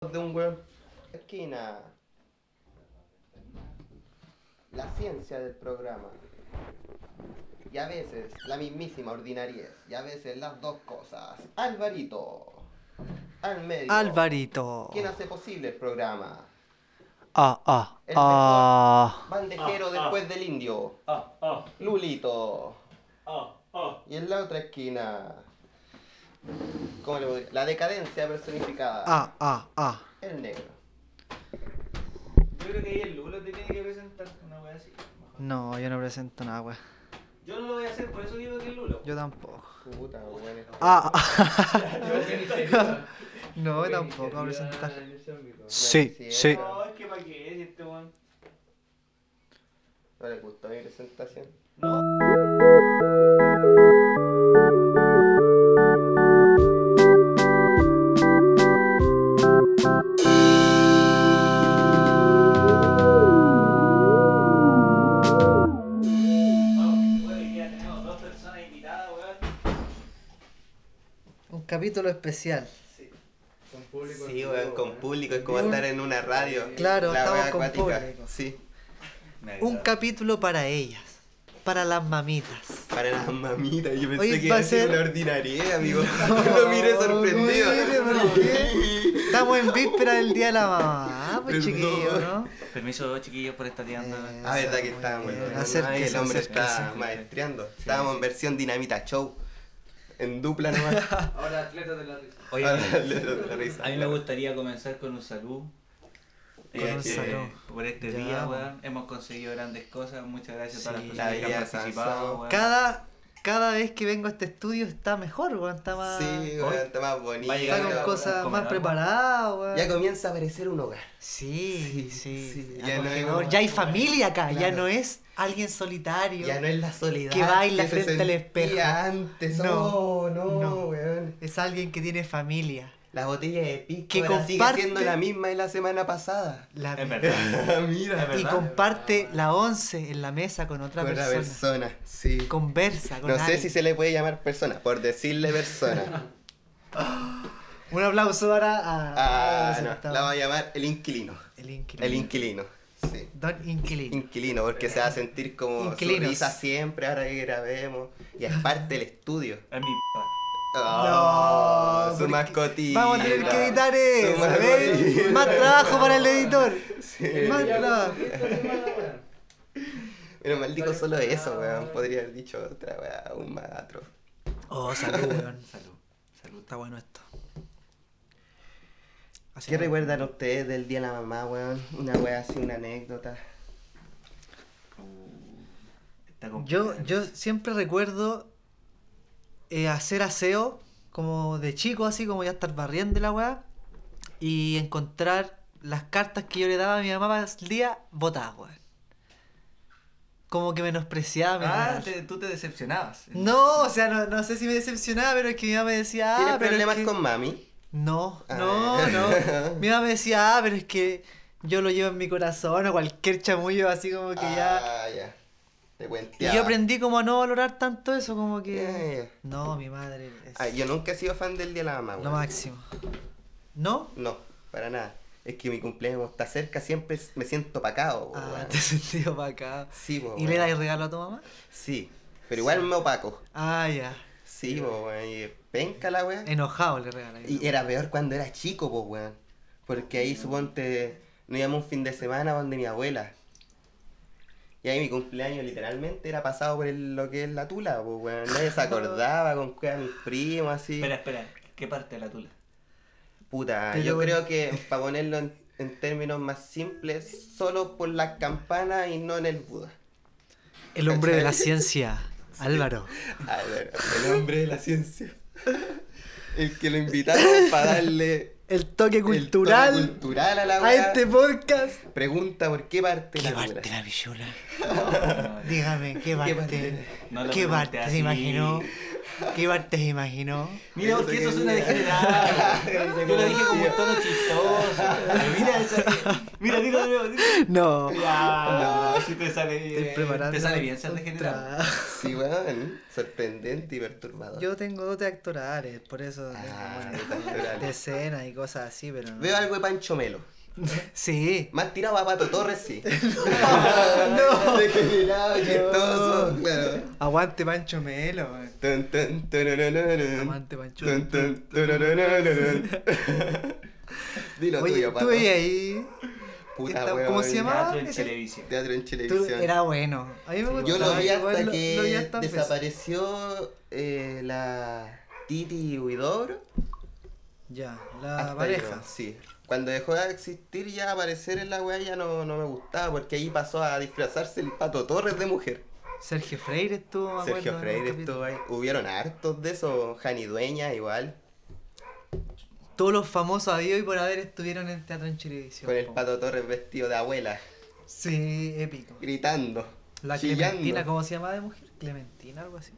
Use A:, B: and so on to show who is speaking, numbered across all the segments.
A: fotos de un weón. Esquina. La ciencia del programa. Y a veces la mismísima ordinariez. Y a veces las dos cosas. Alvarito. Al medio.
B: Alvarito.
A: ¿Quién hace posible el programa?
B: Ah, ah,
A: El
B: ah.
A: Bandejero
C: Ah, ah.
A: después del indio.
C: Ah, ah,
A: Lulito.
C: ah, ah.
A: Y en la otra esquina. ¿Cómo le podría? La decadencia personificada.
B: Ah, ah, ah.
A: El negro.
C: Yo creo que ahí el Lulo te tiene que presentar una wea así. mejor.
B: No, yo no presento nada, weón.
C: Yo no lo voy a hacer, por eso digo que el Lulo.
B: Yo tampoco.
A: Puta, weón.
B: Ah, ah.
D: No,
B: no, yo tampoco voy a presentar.
A: Sí, sí.
B: ¿eh?
C: No, es que pa' qué si este weón.
A: ¿No les gustó mi presentación?
C: No. Vamos, que hoy día tenemos dos personas invitadas, weón.
B: Un capítulo especial.
C: Sí.
D: Con público.
A: Sí, weón, con público, es como
B: Y un-
A: estar en una radio.
B: Claro,
A: La
B: estamos
A: weá
B: con
A: acuática.
B: público.
A: Sí,
B: Un capítulo para ellas. Para las mamitas.
A: para las mamitas. Yo pensé
B: Oye,
A: que
B: va
A: iba
B: a
A: a ser
B: ser-
A: una ordinariedad, amigo. Yo lo miré sorprendido.
B: Mire, ¿por qué? Estamos en víspera del Día de la Mamá, pues
A: Perdón.
B: chiquillo, ¿no?
E: Permiso, chiquillos, por esta tienda.
B: Eh,
A: Ah, verdad que
B: Muy
A: estábamos.
B: bien,
A: weón. Ay,
B: acérquese,
A: el hombre está
B: acérquese.
A: maestreando. Estábamos en versión Dinamita Show. En dupla nomás.
D: Ahora atleta de la risa.
E: Oye,
A: La risa.
E: a mí me gustaría comenzar con un salud.
B: Con un
A: Eh,
B: salud.
E: Por este
B: Ya,
E: día,
B: vamos.
E: weón. Hemos conseguido grandes cosas. Muchas gracias a todas
B: Sí.
E: las personas que
A: La
E: han
A: vida
E: participado,
A: avanzó.
E: weón.
B: Cada, cada vez que vengo a este estudio está mejor, weón. Está más.
A: Sí, weón, está más bonito.
E: Va a
B: está
E: llegar
B: con
E: ahora,
B: cosas
E: como
B: más
E: no.
B: preparadas, weón.
A: Ya comienza a aparecer un hogar.
B: Sí, sí.
A: sí, ya
B: Ya,
A: no es una-
B: ya hay familia acá, ya
A: Claro.
B: no es alguien solitario.
A: Ya no es la soledad.
B: Que baila
A: se
B: frente al
A: sentía
B: espejo.
A: antes.
B: No,
A: No, no,
B: no.
A: weón.
B: Es alguien que tiene familia.
A: La botella de pisco
B: Que
A: ahora sigue
B: comparte-
A: siendo la misma de la semana pasada.
B: La-
E: Es verdad.
A: Mira,
B: y
E: verdad.
B: comparte la once en la mesa con otra
A: con la
B: persona.
A: persona, sí.
B: Conversa con
A: No sé
B: alguien.
A: si se le puede llamar persona, por decirle persona.
B: Un aplauso ahora a.
A: Ah,
B: a-
A: no, la va a llamar el inquilino.
B: El inquilino.
A: El inquilino, sí.
B: Don Inquilino.
A: Inquilino, porque se va a sentir como su
B: Inquilinos.
A: risa siempre ahora que grabemos. Y es parte del estudio.
E: Es mi p.
A: Oh, su
B: porque
A: mascotita.
B: Vamos a tener que editar
A: Su
B: eso. ¿ves?
A: mascotita.
B: Más trabajo para el editor.
A: Sí.
B: Más trabajo.
A: Pero mal dijo solo eso, weón. Podría haber dicho otra weá, aún más atroz.
B: Oh, salud, weón.
E: Salud. Salud.
B: Está bueno esto. Así
A: ¿Qué
B: que-
A: recuerdan ustedes del Día de la Mamá, weón? Una weá así, una anécdota.
E: Está complicado.
B: Yo, yo siempre recuerdo eh, hacer aseo, como de chico, así como ya estar barriendo y la weá, y encontrar las cartas que yo le daba a mi mamá al día botadas, weón. Como que menospreciaba mi
E: Ah,
B: mamá.
E: te- tú te decepcionabas.
B: No, o sea, no, no sé si me decepcionaba, pero es que mi mamá me decía,
A: ¿Tienes
B: ah, pero. es
A: problemas
B: que-
A: con mami?
B: No,
A: Ah.
B: no, no. Mi mamá me decía, ah, pero es que yo lo llevo en mi corazón o cualquier chamullo así como que ya.
A: Ah, ya. Te
B: Y
A: cuenteaba.
B: yo aprendí como a no valorar tanto eso, como que...
A: Ya, ya.
B: No, mi madre es
A: Ah, yo nunca he sido fan del Día de la Mamá,
B: lo
A: weón.
B: máximo. ¿No?
A: No, para nada. Es que mi cumpleaños está cerca, siempre s- me siento opacado,
B: Ah,
A: weón.
B: te he sentido para acá.
A: Sí, po,
B: ¿Y le
A: weón.
B: dais regalo a tu mamá?
A: Sí, pero igual me opaco.
B: Ah, ya.
A: Sí, po, weón. Y penca la weá.
B: Enojado le regaláis.
A: Y era peor cuando era chico, pues, weón. Porque ahí suponte, nos íbamos un fin de semana donde mi abuela. Y ahí mi cumpleaños literalmente era pasado por el- lo que es la tula, pues, weón. Nadie se acordaba con qué eran mis primos, así.
E: Espera, espera. ¿Qué parte de la tula?
A: Puta,
B: Pero-
A: yo creo que, para ponerlo en, en términos más simples, solo por las campanas y no en el Buda.
B: El hombre de la ciencia, Álvaro.
A: A ver, el hombre de la ciencia. El que lo invitamos para darle
B: El toque
A: el
B: cultural
A: toque cultural a la
B: a
A: weá.
B: este podcast.
A: Pregunta por qué parte
B: ¿Qué
A: la tula.
B: parte la pichula?
E: No, no,
B: Dígame, ¿qué parte?
A: parte?
E: no lo
B: ¿Qué
E: pregunté
B: parte se
E: así.
B: imaginó? ¿Qué parte se imaginó?
E: Mira, porque eso es una degenerada. Yo lo dije como un tono chistoso. Pero mira esa. Mira, dilo de nuevo, dilo.
B: No.
E: Ya, no, si te sale bien.
B: Estoy preparando. Ah,
E: Te sale bien ser
B: un
E: degenerado.
B: trabajo.
A: Sí, weón. Sorprendente y perturbador.
B: Yo tengo dotes actorales, por eso tengo
A: Ah,
B: buenas
A: dotes actorales.
B: de escenas y cosas así, pero no.
A: Veo algo de Pancho Melo.
B: Sí.
A: Más tirado a Pato Torres, sí.
B: No.
A: Degenerado, chistoso. Claro.
B: Aguante Pancho Melo. weón.
A: Tun, tun, tururururun.
B: Amante Pancho.
A: Tun, tun, tururururun. Dilo
B: Oye,
A: tuyo,
B: tú
A: Pato.
B: veías ahí.
A: Puta,
B: esta-
A: weón.
B: ¿cómo se llama?
E: Teatro en
B: Ese-
E: televisión.
A: Teatro en
B: tú-
A: televisión.
B: era bueno. A mí me gustaba.
A: Yo lo vi
B: igual
A: hasta
B: lo- lo vi
A: que
B: hartas veces.
A: desapareció eh, la Titi Huidobro.
B: Ya, la
A: Hasta ahí
B: pareja.
A: nomás, sí. Cuando dejó de existir ya aparecer en la weá ya no, no me gustaba porque ahí pasó a disfrazarse el Pato Torres de mujer.
B: Sergio Freire estuvo, me acuerdo, en
A: Sergio
B: un
A: Freire
B: capítulo.
A: estuvo ahí. Hubieron hartos de esos, Jani Dueña igual.
B: Todos los famosos habidos y por haber estuvieron en teatro en televisión.
A: con el
B: po.
A: Pato Torres vestido de abuela,
B: Sí, épico.
A: gritando,
B: La
A: chillando.
B: Clementina, ¿cómo se llamaba de mujer? Clementina, algo así.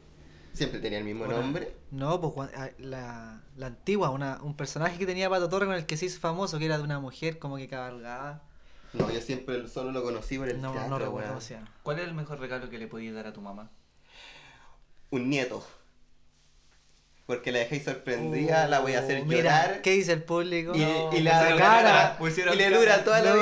A: Siempre tenía el mismo
B: Hola.
A: nombre.
B: No, pues Juan- ah, la, la antigua, una, un personaje que tenía Pato Torre con el que se hizo famoso, que era de una mujer como que cabalgaba.
A: No, yo siempre solo lo conocí por el
B: No,
A: teatro,
B: no recuerdo
A: weón.
B: cómo se llama.
E: ¿Cuál es el mejor regalo que le podías dar a tu mamá?
A: Un nieto. Porque la dejé sorprendida, la voy a hacer
B: Oh, Mira,
A: llorar.
B: ¿Qué dice el público? Oh,
A: Y,
B: No,
A: y
E: pusieron
A: la
E: cara,
A: cara,
E: pusieron
A: y le
E: cara.
A: dura toda la
B: No.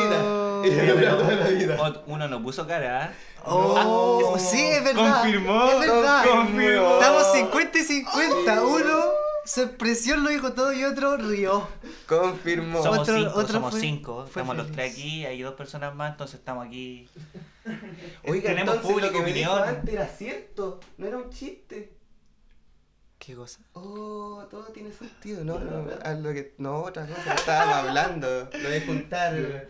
A: vida. Y le
B: Mira,
A: dura toda la vida.
E: Ot- Uno no puso cara, ¿eh?
B: Oh, sí, es verdad.
E: Confirmó,
B: Es verdad.
E: confirmó.
B: Estamos 50 y 50. Uno se expresió, lo dijo todo y otro rió.
A: Confirmó.
E: Somos
B: Otro-
E: cinco,
B: otro
E: somos
B: fue-
E: cinco.
B: fue
E: estamos los
B: feliz.
E: tres aquí, hay dos personas más, entonces estamos aquí.
A: Oiga,
E: Tenemos
A: entonces,
E: público,
A: lo que me dijo
E: opinión.
A: antes era cierto, no era un chiste.
B: ¿Qué cosa?
A: Oh, todo tiene sentido. No, no, a lo que, no otra cosa que estábamos hablando. Lo de juntar.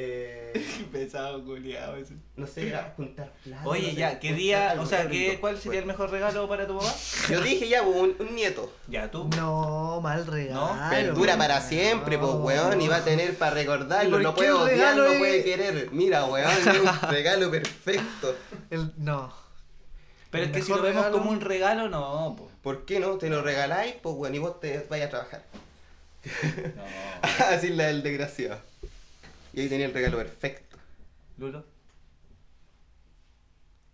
A: Eh,
E: Pesado, culiado ese.
A: no sé, era juntar plata.
E: Oye,
A: no sé,
E: ya, ¿qué
A: juntar
E: día?
A: algo,
E: O sea,
A: algo
E: ¿qué,
A: rico.
E: ¿cuál sería el mejor regalo para tu mamá?
A: Yo dije ya, un, un nieto.
E: Ya, tú.
B: No, mal regalo.
A: Perdura para
B: weón.
A: siempre, pues
B: No.
A: weón, y va a tener para recordarlo.
B: Oh. ¿Y por
A: No
B: qué
A: puede
B: el
A: odiar,
B: regalo
A: no
B: es-
A: puede querer. Mira, weón, es un regalo perfecto.
B: El- no.
E: Pero es que si lo
B: Mejor
E: vemos
B: regalo.
E: como un regalo, no, po.
A: ¿Por qué no? Te lo regaláis, pues weón, y vos te vayas a trabajar.
E: No.
A: Así la del desgraciado. Y ahí tenía el regalo perfecto.
E: Lulo.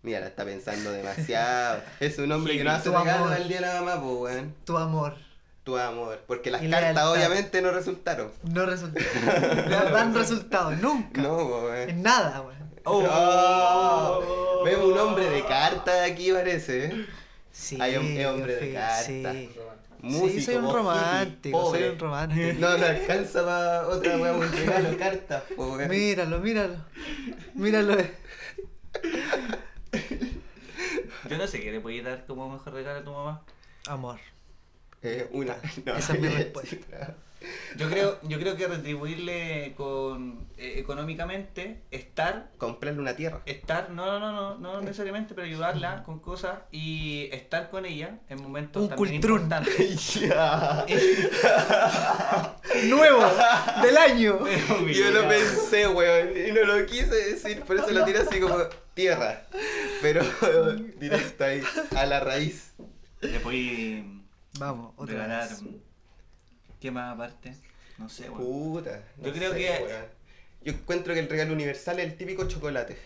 A: Mira, la está pensando demasiado. Es un hombre que no hace
B: Tu
A: regalo
B: amor.
A: al día de la mamá, pues, weón.
B: Tu amor
A: Tu amor. Porque las
B: Y
A: cartas
B: lealtad.
A: obviamente no resultaron.
B: no resultó. No dan resultado nunca.
A: No, pues, weón.
B: En nada, weón.
A: Oh, Vemos un hombre de cartas aquí, parece. ¿eh?
B: Sí,
A: Hay un- es hombre de
B: Ofe,
A: carta.
B: Sí.
A: Músico,
B: sí, soy un
A: vos, hippie,
B: romántico,
A: pobre.
B: soy un romántico.
A: No, no alcanza para otra weón, un regalo, cartas, pues, weón.
B: Míralo, míralo. Míralo.
E: Yo no sé qué le podías dar como mejor regalo a tu mamá.
B: Amor.
A: Eh, una. No,
B: Esa es mi respuesta.
E: Yo creo, yo creo que retribuirle con eh, económicamente, estar,
A: Comprarle una tierra.
E: estar, no, no, no,
B: Eh.
E: no, no necesariamente, pero ayudarla con cosas y estar con ella en momentos
B: Un
E: también
B: cultrún.
E: importantes.
A: Ya.
B: Nuevo del año.
E: Pero,
A: Yo lo
E: mira,
A: pensé, weón, y no lo quise decir, por eso lo tiré así como tierra. Pero directo ahí, a la raíz.
E: Le podí
B: Vamos, otra
E: regalar.
B: vez.
E: ¿Qué más aparte? No sé, weón.
A: Puta. no
E: Yo creo
A: sé,
E: que-
A: weón. Yo encuentro que el regalo universal es el típico chocolate.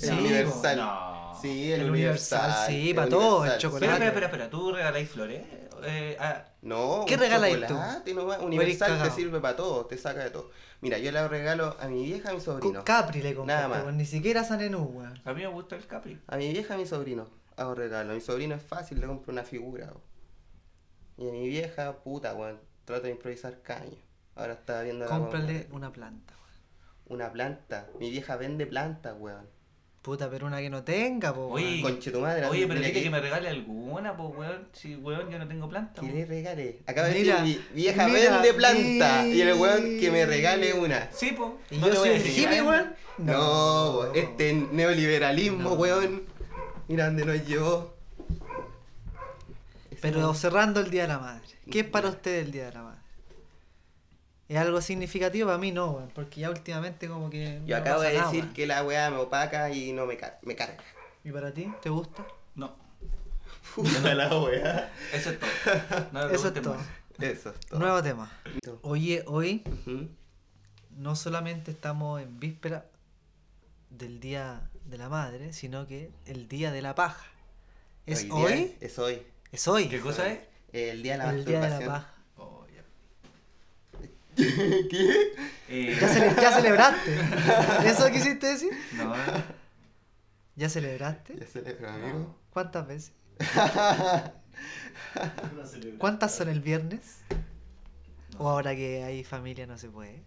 A: El
B: Sí,
A: universal.
E: No.
A: Sí, el,
B: El
A: universal.
B: universal, sí,
A: el
B: pa' todo, el
A: universal,
B: chocolate.
E: Espera,
A: sí.
E: espera, espera, espera, ¿tú regaláis flores? Eh, ah,
A: No,
B: ¿Qué
A: un
B: regalas tú?
A: chocolate nomás.
B: eres
A: Universal te
B: cagao.
A: sirve para todo, te saca de todo. Mira, yo le regalo a mi vieja y a mi sobrino.
B: Con Capri le compré,
A: Nada más.
B: pues, ni siquiera San Enú, weón.
E: a mí me gusta el Capri.
A: A mi vieja y a mi sobrino hago regalo. A mi sobrino es fácil, le compro una figura. po. Y a mi vieja, puta, weón, trato de improvisar caño. Ahora estaba viendo la
B: Cómprale una planta, weón.
A: Una planta. Mi vieja vende plantas, weón.
B: Puta, pero una que no tenga, po,
E: Oye,
B: weón.
A: Oh, Conche tu madre.
E: Oye,
A: anda,
E: pero
A: mira
E: dile
A: aquí.
E: que me regale alguna, pues, weón. Si, weón, yo no tengo planta.
A: Que
E: po.
A: le regale. Acaba de
B: Mira,
A: decir, mi vieja
B: mira,
A: vende planta. Y el weón que me
B: mira.
A: regale una.
E: Sí, po.
B: ¿Y
E: no
B: yo
E: te voy
B: soy
E: a
B: un
E: decir
B: hippie,
E: nada.
B: weón?
A: No, weón, este neoliberalismo,
B: No.
A: weón. Mira dónde nos llevó.
B: Pero cerrando el Día de la Madre. ¿Qué es para usted el Día de la Madre? ¿Es algo significativo? Para mí no, weón. Porque ya últimamente como que...
A: Yo
B: no
A: acabo
B: pasa
A: de
B: nada,
A: decir
B: weón.
A: que la weá me opaca y no me, car- me carga.
B: ¿Y para ti? ¿Te gusta?
E: No,
A: Puta la weá.
E: eso es todo. No me
B: Eso es
E: pregunten
B: todo.
E: más.
A: Eso es todo.
B: Nuevo tema. Oye, hoy
A: Ujú.
B: no solamente estamos en víspera del Día de la Madre, sino que el Día de la Paja. ¿Es
A: día
B: hoy?
A: Es hoy.
B: Es hoy.
E: ¿Qué cosa es?
A: El día de la
B: el Día de la
A: masturbación.
B: Paja.
E: Oh, ya.
A: ¿Qué?
E: Eh,
B: Ya, cele- ya celebraste. ¿Eso quisiste decir?
E: no,
B: ¿Ya celebraste?
A: Ya celebro, amigo.
B: ¿Cuántas veces? ¿Cuántas son el viernes? O ahora que hay familia no se puede.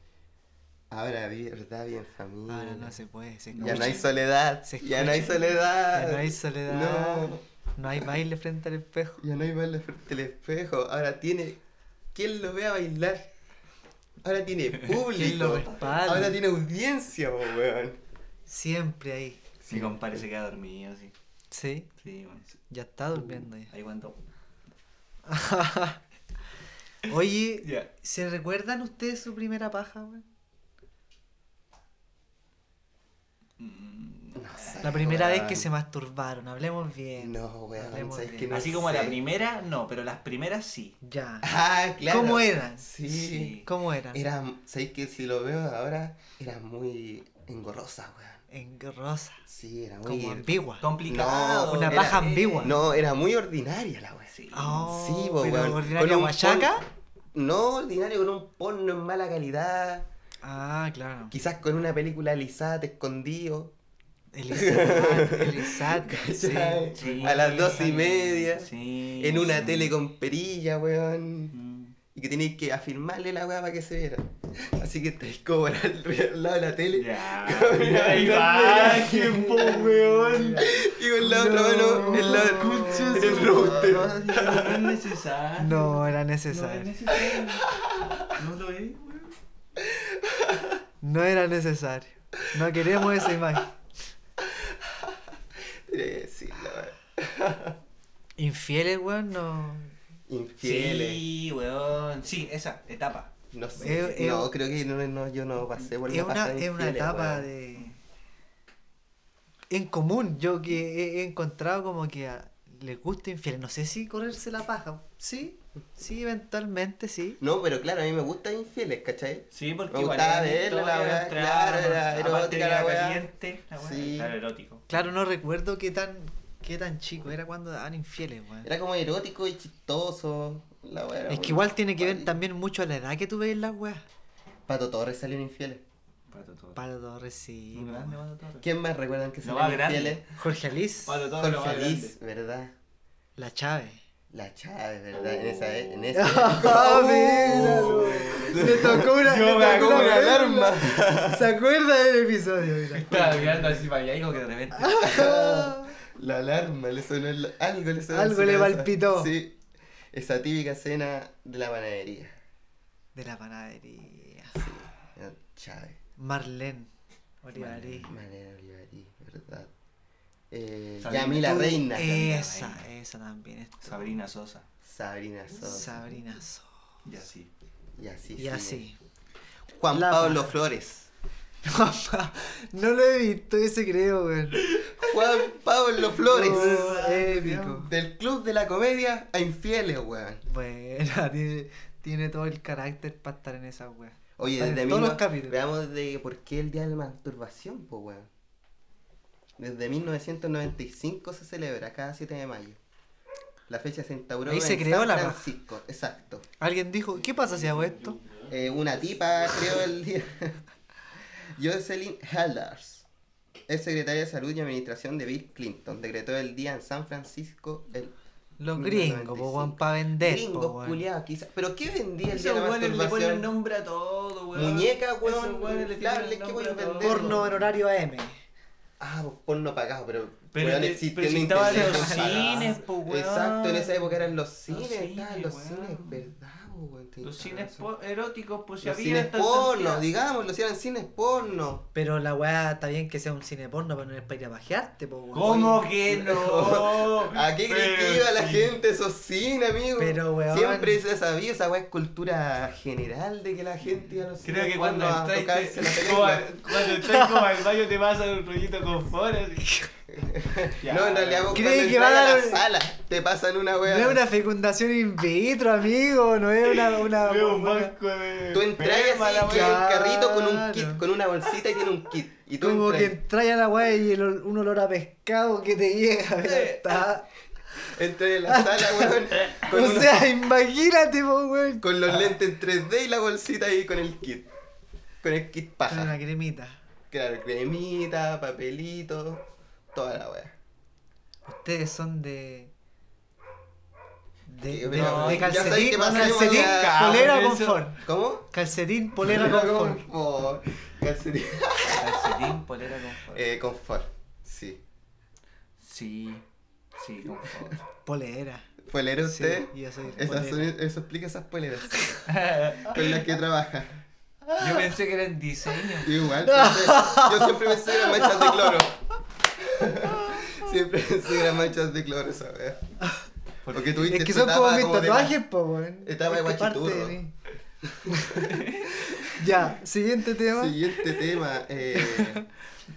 A: Ahora, vi- verdad, bien familia.
B: Ahora no se puede. Se
A: Ya no
B: escucha.
A: hay soledad.
B: Se
A: Ya no hay
B: escucha.
A: soledad.
B: Ya no hay soledad.
A: No.
B: No hay baile frente al espejo.
A: Ya no hay baile frente al espejo. Ahora tiene. ¿Quién lo ve a bailar? Ahora tiene
B: ¿Quién lo
A: público.
B: respalda?
A: Ahora tiene audiencia, po, weón.
B: Siempre ahí.
E: sí, compadre se queda dormido, sí.
B: Sí,
E: Sí, bueno,
B: ya está
A: Uh.
B: durmiendo ya.
E: ahí cuando.
B: Oye,
E: Ya.
B: ¿se recuerdan ustedes su primera paja, güey?
E: Mm,
B: La primera vez que se masturbaron, hablemos bien.
A: No, weón.
B: Hablemos
A: ¿sabes
B: bien.
A: que no
E: Así como la
A: sé?
E: primera, no, pero las primeras sí.
B: Ya.
A: Ah, claro.
B: ¿Cómo eran?
A: Sí.
E: Sí.
B: ¿Cómo eran?
A: Era, ¿sabéis que si lo veo ahora, era muy engorrosa, weón?
B: Engrosa,
A: Sí, era muy.
B: como ambigua.
E: Complicado.
A: No, una
E: era-
B: paja
E: eh,
B: ambigua.
A: No, era muy ordinaria la weón.
E: Sí.
B: Oh,
A: Sí, bo,
B: pero
A: weón.
B: ordinaria
A: Con un
B: guachaca.
A: No ordinario con un porno en mala calidad,
B: Ah, claro.
A: quizás con una película lisada, te escondido.
B: Elizad, Elizad, sí.
A: ¿cachai?
E: Sí.
A: A las dos y media,
E: Sí.
A: en una
E: sí.
A: tele con perilla, weón.
E: Mm.
A: Y que tenéis que afirmarle la weá para que se viera. Así que estáis como al, al lado de la tele.
E: Ya.
A: Mira,
E: Ahí
A: mira,
E: va, qué po, weón.
A: Y con la otra mano en, la, en el router.
E: No es necesario.
B: No era
E: No es
B: necesario.
E: necesario. No lo es, weón.
B: No era necesario. No queremos esa imagen.
A: Tenía que decirlo, weón.
B: Infieles, weón, no.
A: Infieles.
E: Sí, weón. Sí, esa etapa.
A: No sé.
B: Eh, eh,
A: no, creo que no, no, yo no pasé por
B: Es
A: la
B: una,
A: pasada
B: es una
A: infieles,
B: etapa
A: weón.
B: de. En común, yo que he, he encontrado como que a- les gusta infieles. No sé si correrse la paja. Sí, sí, eventualmente sí.
A: No, pero claro, a mí me gustan infieles, ¿cachai?
E: Sí, porque
A: Me
E: igual
A: gustaba
E: era
A: verla, la
E: historia,
A: weá,
E: un
A: claro, era
E: aparte
A: erótica
E: era
A: la weá.
E: caliente, la weá,
A: Sí.
E: claro, erótico.
B: Claro, no recuerdo qué tan, qué tan chico era cuando daban infieles, weón.
A: Era como erótico y chistoso. La weá era
B: Es
A: muy-
B: que igual tiene que ver también mucho a la edad que tú ves las weas.
A: Pato Torres salieron infieles.
E: Pato Torres.
B: Palo Torres, sí.
E: Muy grande,
B: weón.
E: Pato Torres.
A: ¿Quién más recuerdan que
E: Lo más
A: salieron
E: grande.
A: infieles?
B: Jorge Alice,
E: Pato Torres, lo
A: Jorge
E: más
A: Alice,
E: grande.
A: ¿verdad?
B: la Chávez.
A: La Chávez, ¿verdad? En esa. e-, En esa.
B: Ah, míralo. Le tocó una,
E: Yo
B: le tocó
E: me acuerdo
B: una
E: de
B: alarma. ¿Se acuerda del episodio? Mira.
E: Estaba mirando así para allá y como que de repente.
A: Ah. La alarma, le sonó el- algo le sonó en
B: Algo
A: su
B: le
A: cabeza.
B: palpitó.
A: Sí. Esa típica escena de la panadería.
B: De la panadería.
A: Era Chávez.
B: Marlene. Olivari.
A: Manera Olivari, ¿verdad? Eh,
E: Sabrina.
A: Yamila
E: Tú,
A: Reina.
B: Eh, Esa, esa también. es
E: Sabrina Sosa.
A: Sabrina Sosa.
B: Sabrina So.
E: Ya sí.
A: Y así.
B: Y
A: sigue.
B: así.
A: Juan
B: La
A: Pablo
B: paja.
A: Flores.
B: no lo he visto, ese creo, weón.
A: Juan Pablo Flores.
B: Oh, épico.
A: Del Club de la Comedia a Infieles, weón.
B: Bueno, tiene, tiene todo el carácter para estar en esa wea.
A: Oye,
B: Está en
A: desde
B: todos
A: mil-
B: los capítulos.
A: Veamos desde por qué el Día de la Masturbación, pues, weón. Desde 1995 se celebra cada 7 de mayo. La fecha se instauró
B: Ahí
A: en
B: se creó
A: San
B: la paja.
A: Francisco. Exacto.
B: Alguien dijo, ¿qué pasa si hago esto?
A: Eh, una tipa creo el día. Jocelyn Helders es secretaria de Salud y Administración de Bill Clinton. Decretó el día en San Francisco el
B: Los
A: 1995.
B: gringos, po, weón, para vender. po,
A: gringo
B: weón.
A: culiado, quizás. ¿Pero qué vendía el día de
E: Esos
A: la
E: weones le ponen
A: masturbación?
E: nombre a todo, weón.
A: Muñeca, weón,
E: Esos weones le tienen
A: inflables,
E: nombre
A: ¿qué voy a
E: a todo.
A: vender?
B: Porno en horario AM.
A: Ah, pues porno pagado, pero.
E: Pero
A: weón,
E: te-
A: existió
E: pero
A: en
E: si estaba en
A: internet,
E: los
A: no pagaba.
E: cines, po, weón.
A: Exacto, en esa época eran los cines,
E: cines,
A: estaban los
E: weón.
A: cines, ¿verdad, po, weón? Tenés
E: Los
A: toda la
E: cines
A: razón.
E: po- eróticos, pues si
A: Los
E: había
A: cines
E: hasta el
A: porno,
E: Santiago.
A: digámoslo, si eran cines porno.
B: Pero la weá está bien que sea un cine porno, pero no es para ir a pajearte, po, weón.
E: ¿Cómo que no?
A: ¿A qué crees que iba la gente esos cines, amigo?
B: Pero, weón.
A: Siempre se sabía, esa weá es cultura general de que la gente iba a los cines
E: Creo que cuando
A: porno a
E: entráis
A: tocarse la
E: te-
A: película.
E: como al- cuando entráis como al baño te vas a un rollito con fora. así.
A: No, en realidad vos
B: ¿Cree
A: cuando
B: que va a
A: entras a
B: dar
A: la
B: un-
A: sala te pasan una
B: No
A: wea.
B: es una fecundación in vitro, amigo, no es una... una,
E: Veo un
B: una-
E: banco de.
A: Tú entras y
E: esperma, la
A: así,
E: wea.
A: tiene un carrito con un
B: Claro.
A: kit, con una bolsita y tiene un kit. Y tú
B: Como que
A: entras-
B: entra a la weá y el ol- un olor a pescado que te llega, pero
A: Eh,
B: está-
A: entras en la sala, weón, ah, con,
B: O
A: unos-
B: sea, imagínate, po, weón.
A: con los lentes en 3D y la bolsita ahí con el kit. Con el kit
B: Con una
A: paja.
B: cremita.
A: Claro, cremita, papelito, toda la wea.
B: Ustedes son de. De,
A: Que-
B: de,
A: pero ya sabéis
B: de calcetín,
A: que
B: no,
A: pasemos
B: calcetín,
A: la-
B: polera o
E: eso.
B: confort.
A: ¿Cómo?
B: Calcetín, polera o
A: Polera
B: confort.
A: confort. Calcetín.
E: Calcetín, polera, confort.
A: Eh, confort, sí. Eh.
E: Sí, sí, confort.
B: Polera.
A: ¿Polera
B: Sí,
A: usted?
B: yo soy
A: Esas son-
B: polera.
A: eso explica esas poleras con las que trabaja.
E: Yo pensé que era en diseño.
A: Igual, pensé- yo siempre pensé que eran manchas de cloro. siempre pensé que eran manchas de cloro esa wea. Porque tuviste
B: Es que
A: tu
B: son como
A: etapa
B: mis
A: de-
B: tatuajes, po, weón.
A: etapa de
B: Es que parte
A: guachiturro.
B: mí. ya, siguiente tema.
A: Siguiente tema. Eh...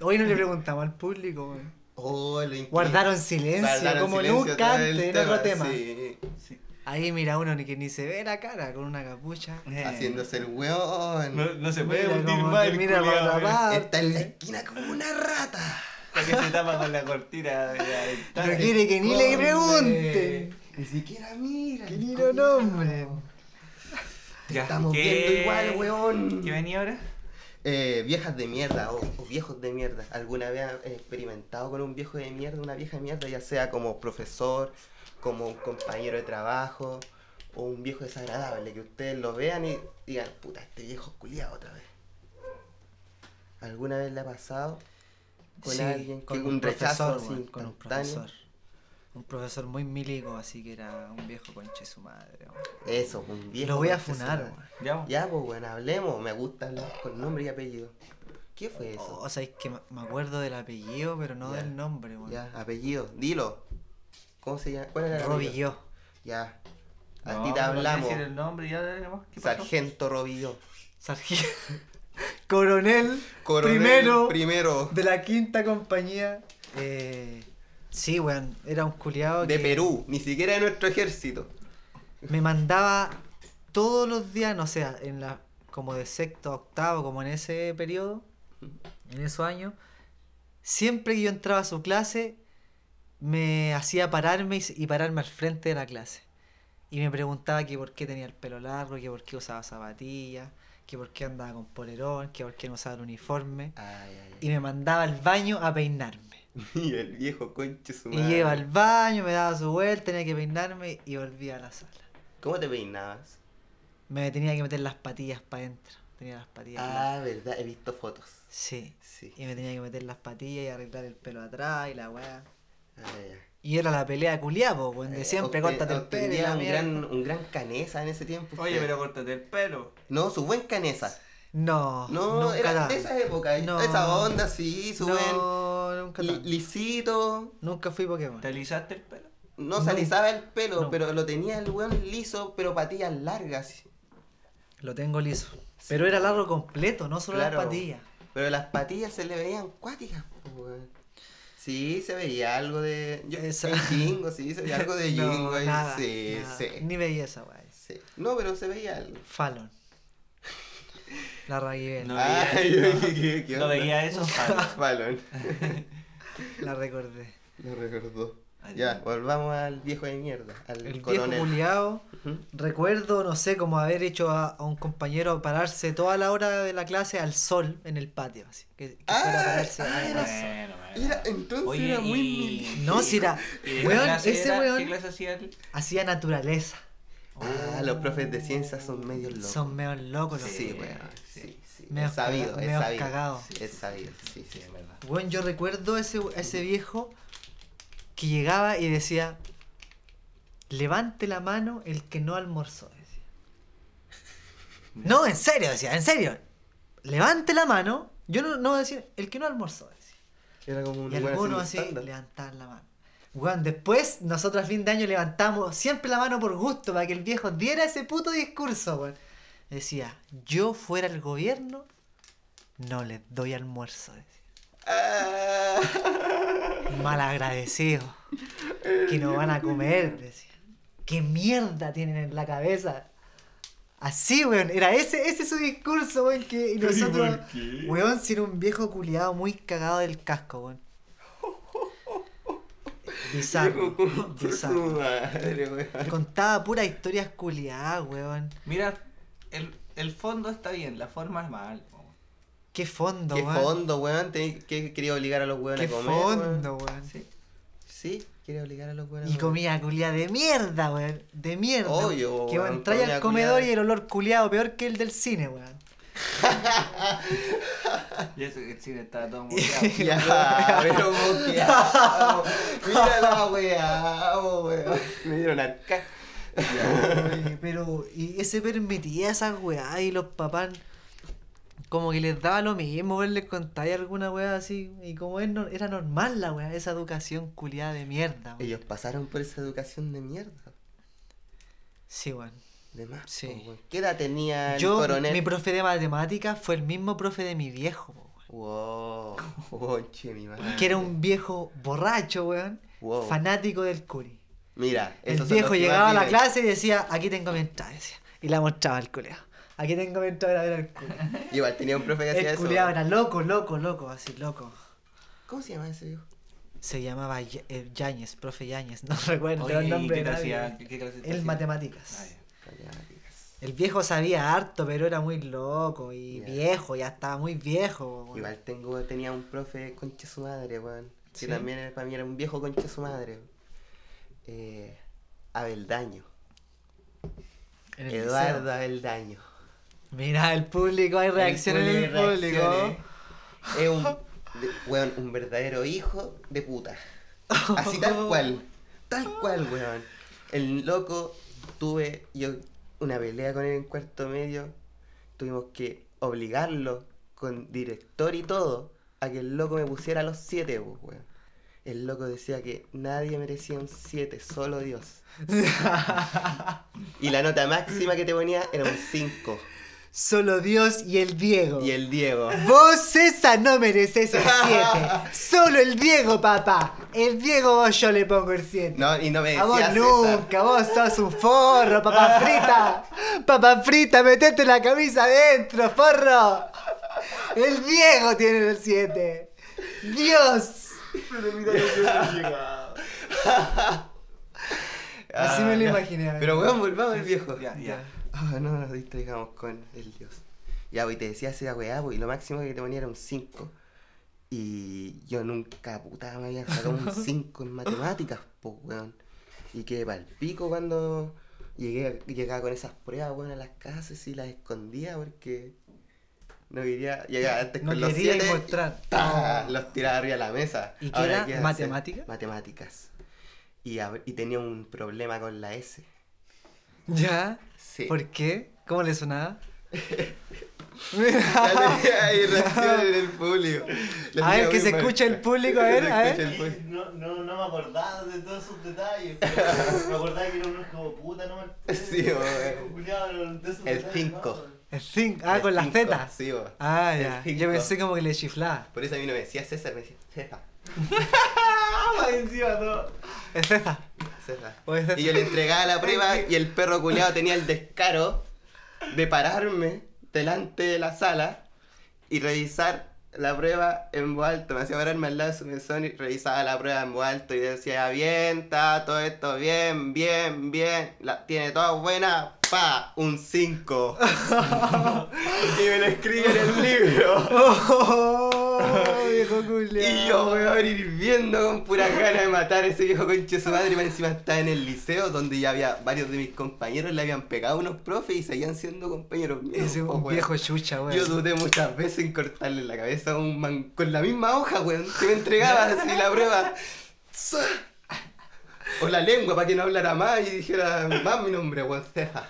B: Hoy no le preguntamos al público, weón.
A: Oh, lo increíble.
B: Guardaron silencio,
A: Guardaron
B: como
A: silencio
B: nunca
A: todo el
B: antes en otro tema.
A: sí.
B: Ahí mira uno ni que ni se ve la cara con una capucha. Eh,
A: Haciéndose el weón.
E: No, no se puede
B: Mira
E: hundir
B: cómo
E: más.
B: te
E: el
B: mira para
E: culiao,
B: la
E: weón.
B: parte.
A: Está en la esquina como una rata.
E: Hasta que se tapa con la cortina de la ventana.
B: No quiere que ni le pregunten.
A: eh, Ni siquiera mira.
B: Que ni lo nombren.
E: Ya,
A: Estamos
E: ¿qué-
A: viendo igual, weón.
E: ¿Qué venía ahora?
A: Eh, viejas de mierda o, o viejos de mierda. ¿Alguna vez has experimentado con un viejo de mierda, una vieja de mierda, ya sea como profesor, como un compañero de trabajo o un viejo desagradable? Que ustedes lo vean y digan, puta, este viejo es culiado otra vez. ¿Alguna vez le ha pasado con
B: Sí,
A: alguien que-
B: con
A: un, rechazo
B: profesor,
A: así
B: weón, con un
A: instantáneo?
B: profesor. Un profesor muy milico, así que era un viejo conche su madre. weón.
A: Eso, un viejo.
B: Lo voy a
A: concha de su
B: funar,
A: madre.
B: weón.
E: Ya, weón.
A: Ya, pues bueno, hablemos. Me gusta hablar con nombre y apellido. ¿Qué fue
B: O,
A: eso?
B: o sea, es que me Oh, me acuerdo del apellido, pero no
A: Ya.
B: del nombre, weón.
A: Ya, apellido, dilo. ¿Cómo se llama? ¿Cuál era el apellido?
B: Robillo.
A: Ya. A
E: No,
A: ti te
E: pero no
A: hablamos.
E: decir el nombre, ya dale nomás. ¿Qué pasó?
A: Sargento Robillo.
B: Sargento. Coronel.
A: Coronel
B: primero.
A: primero
B: De la quinta compañía. Eh, sí, weón. Era un culiado
A: de Perú, ni siquiera de nuestro ejército.
B: me mandaba todos los días, no sé, en la, como de sexto a octavo, como en ese periodo, en esos años, siempre que yo entraba a su clase, me hacía pararme y, s- y pararme al frente de la clase. Y me preguntaba que por qué tenía el pelo largo, que por qué usaba zapatillas, que por qué andaba con polerón, que por qué no usaba el uniforme.
A: Ay, ay,
B: Y me mandaba al baño a peinarme.
A: ay. Y el viejo conche su
B: Y
A: madre.
B: iba al baño, me daba su vuelta, tenía que peinarme y volvía a la sala.
A: ¿Cómo te peinabas?
B: Me tenía que meter las patillas para adentro. Tenía las patillas. largas.
A: Ah, verdad, he visto fotos.
B: Sí.
A: Sí.
B: Y me tenía que meter las patillas y arreglar el pelo atrás y la weá.
A: Ay, ay.
B: Y era la pelea culiapo, pues, de siempre,
A: Eh,
B: córtate el
A: obten-
B: pelo. y
A: obtenía
B: la
A: un
B: mierda.
A: gran, un gran canesa en ese tiempo.
E: Oye,
A: usted.
E: pero córtate el pelo.
A: No, su buen canesa.
B: No.
A: No,
B: nunca
A: era
B: tanto.
A: de esa época.
B: No.
A: Esa onda, sí, su buen
B: No, nunca
A: li-
B: tanto.
A: lisito.
B: Nunca fui Pokémon.
E: ¿Te alisaste el pelo?
A: No
B: No.
A: se alisaba el pelo,
B: No.
A: pero lo tenía el weón liso, pero patillas largas.
B: Lo tengo liso. Pero era largo completo, no solo
A: Claro.
B: las patillas.
A: Pero las patillas se le veían cuáticas, po, weón. Sí, se veía algo de. Yo,
B: Esa-
A: el jingo, sí, se veía algo de
B: No,
A: jingo. ahí,
B: nada,
A: sí,
B: nada.
A: sí,
B: Ni veía esa weá.
A: sí. No, pero se veía algo.
B: Fallon. La raguibel.
E: No veía,
A: Ay,
E: no,
A: qué- qué- qué
E: no
A: onda. Ah,
E: veía eso, Pablo.
A: Balón.
B: La recordé.
A: Lo recordó.
E: Ay,
A: Ya, volvamos al viejo de mierda, al
B: El viejo
A: coronel.
B: culiao.
A: Ujú.
B: Recuerdo, no sé, como haber hecho a, a un compañero pararse toda la hora de la clase al sol en el patio. Así, que, que fuera a
A: Ah,
B: pararse
A: ah,
B: al
A: era-
B: sol.
E: Bueno, bueno.
A: Era- entonces
E: Oye,
A: era muy
E: y-
A: mili-
B: No, si era.
E: ¿Y de qué
B: Weón,
E: clase
B: ese
E: era?
B: weón-
E: ¿Qué clase hacía él?
B: Hacía naturaleza.
A: Ah, los profes de ciencia son medios locos.
B: Son meos locos los
A: Sí,
B: weones.
A: weón. Sí, sí.
B: Meos
A: Es sabido,
B: caga-
A: es
B: meos
A: sabido.
B: cagados.
A: Es sabido, sí, sí.
E: verdad.
B: Bueno, yo recuerdo ese, ese viejo que llegaba y decía: Levante la mano el que no almorzó. decía. No, en serio, decía, en serio. Levante la mano. Yo no, no decía, el que no almorzó. Decía.
A: Era como un
B: Y
A: weón
B: algunos así
A: haciendo stand-up.
B: levantaban la mano. Weón, después nosotros a fin de año levantamos siempre la mano por gusto para que el viejo diera ese puto discurso, weón. Decía, yo fuera el gobierno, no les doy almuerzo. decía.
A: Ah.
B: Malagradecido. Que no van a comer, decía. ¿Qué mierda tienen en la cabeza? Así, weón. Era ese, ese su discurso, weón. Que y nosotros. Weón, si era un viejo culiado muy cagado del casco, weón. Bizarro.
A: Su
B: Bizarro.
A: madre, weón.
B: Contaba puras historias culiadas, weón.
E: Mira, el, el fondo está bien, la forma es mal. po.
B: Qué fondo,
A: Qué
B: weón.
A: fondo, weón. Tenéis que quería obligar a los weones
B: Qué
A: a comer. weón.
B: fondo, weón.
A: Sí, quería obligar a los weones
B: Y
A: a comer.
B: comida culiada de mierda, weón. De mierda.
A: Obvio,
B: weón. Que
A: weón,
B: weón, trae
A: comida
B: al comedor
A: culiada.
B: y el olor culiado peor que el del cine, weón.
E: Y eso que el cine estaba todo muteado.
A: Ya, pero moqueado. Mira la weá, weón. Me dieron arca.
B: Oye, Pero, y ese permitía esas weá y los papás como que les daba lo mismo verles contar alguna weá así. Y como es no- era normal la weá, esa educación culiada de mierda, weón.
A: Ellos pasaron por esa educación de mierda.
B: Sí, weón.
A: De más.
B: Sí.
A: po, weón. ¿Qué edad tenía el
B: Yo,
A: coronel?
B: mi profe de matemáticas fue el mismo profe de mi viejo, weón.
A: Wow, wow, che, mi madre.
B: Que era un viejo borracho, weón.
A: Wow.
B: Fanático del curi.
A: Mira,
B: El
A: esos son
B: viejo
A: los que
B: llegaba
A: más
B: a la
A: viven.
B: clase y decía, aquí tengo mi entrada, decía. Y la mostraba al culeado. Aquí tengo mi entrada, era el culeado.
A: Y Igual tenía un profe que hacía
B: El
A: eso.
B: culeado era loco, loco, loco, así, loco.
A: ¿Cómo se llama ese viejo?
B: Se llamaba Ya- eh, Yáñez, profe Yáñez, no recuerdo
E: Oye,
B: el
E: ¿y
B: nombre.
E: ¿qué
B: de
E: te
B: nadie.
E: hacía? ¿Qué- qué clase te
B: el
E: hacía? Ah,
B: matemáticas.
E: ya.
A: Matemáticas.
B: El viejo sabía harto, pero era muy loco y
A: Ya.
B: viejo, ya estaba muy viejo. weón.
A: Igual tengo, tenía un profe concha su madre, weón. Que
B: ¿Sí?
A: también era- para mí era un viejo concha su madre. Eh, Abeldaño.
B: En el
A: Eduardo
B: liceo.
A: Abeldaño.
B: Mira, el público, hay reacciones
A: El
B: del
A: culo de
B: público.
A: reacciones. Es un, de- weón, un verdadero hijo de puta. Así tal cual. Tal cual, weón. El loco, tuve yo una pelea con él en cuarto medio. Tuvimos que obligarlo con director y todo a que el loco me pusiera los siete, pues, weón. El loco decía que nadie merecía un 7, solo Dios. Y la nota máxima que te ponía era un 5.
B: Solo Dios y el Diego.
A: Y el Diego.
B: Vos, César, no mereces el 7. Solo el Diego, papá. El Diego, vos yo le pongo el 7.
A: No, y no me
B: a
A: decía
B: vos
A: César.
B: nunca, vos sos un forro, papá frita. Papá frita, metete la camisa adentro, forro. El Diego tiene el 7. Dios. Así me lo
A: ya.
B: imaginé.
A: Ah, Pero weón, volvamos al viejo.
E: Ya, ya.
A: Ah, no nos distraigamos con el dios. Ya, pues, y te decía esa weá, pues, y lo máximo que te ponía era un 5. Y yo nunca, puta, me había sacado un 5 en matemáticas, pues, weón. Y quedé pa'l pico cuando llegué, llegaba con esas pruebas, weón, a las casas y las escondía porque no quería. Llegaba antes
B: No
A: con los
B: quería
A: 7
B: mostrar.
A: ¡Pah! Los tiraba arriba de la mesa.
B: ¿Y qué
A: Ahora,
B: era?
A: hacer?
B: ¿Matemática?
A: Matemáticas. Y, ab- y tenía un problema con la S.
B: ¿Ya?
A: Sí.
B: ¿Por qué? ¿Cómo le sonaba?
A: Ya tenía ahí reacción en el público. Lo
B: a
A: tenía
B: ver, que
A: muy
B: se
A: mal.
B: escuche el público, a
A: Que
B: ver,
A: se
B: a
A: escuche
B: ver.
A: el público.
C: No, no, no me acordaba de todos sus detalles. pero Me acordaba que era un hijo de puta, no me
A: Sí, weón.
C: Culiao, no, de esos
A: El
C: detalles,
A: cinco.
C: no,
B: El zinc, ah,
A: El
B: con las
A: cinco,
B: tetas.
A: Sí, vos.
B: Ah,
A: El
B: ya.
A: cinco.
B: Yo pensé como que le chiflaba.
A: Por eso a mí no me decía César, me decía César.
C: Ah, encima no.
B: Es teta.
A: César.
B: O es teta.
A: Y yo le entregaba la prueba y el perro culeado tenía el descaro de pararme delante de la sala y revisar la prueba en voz alta. Me hacía pararme al lado de su mesón y revisaba la prueba en voz alta y decía, "Ah, bien, está todo esto bien, bien, bien, la tiene toda buena, pa, un 5. y me lo escribe en el libro.
B: Oh, viejo culiao.
A: Y yo, weón, hirviendo con pura ganas de matar a ese viejo conche su madre. Y más encima estaba en el liceo donde ya había varios de mis compañeros le habían pegado a unos profes y seguían siendo compañeros míos.
B: Ese es
A: po,
B: un
A: weón.
B: viejo chucha,
A: pues, Yo
B: weón.
A: dudé muchas veces en cortarle la cabeza a un man con la misma hoja, weón, que me entregaba así la prueba. Sa. O la lengua para que no hablara más y dijera más mi nombre, weón, ceja.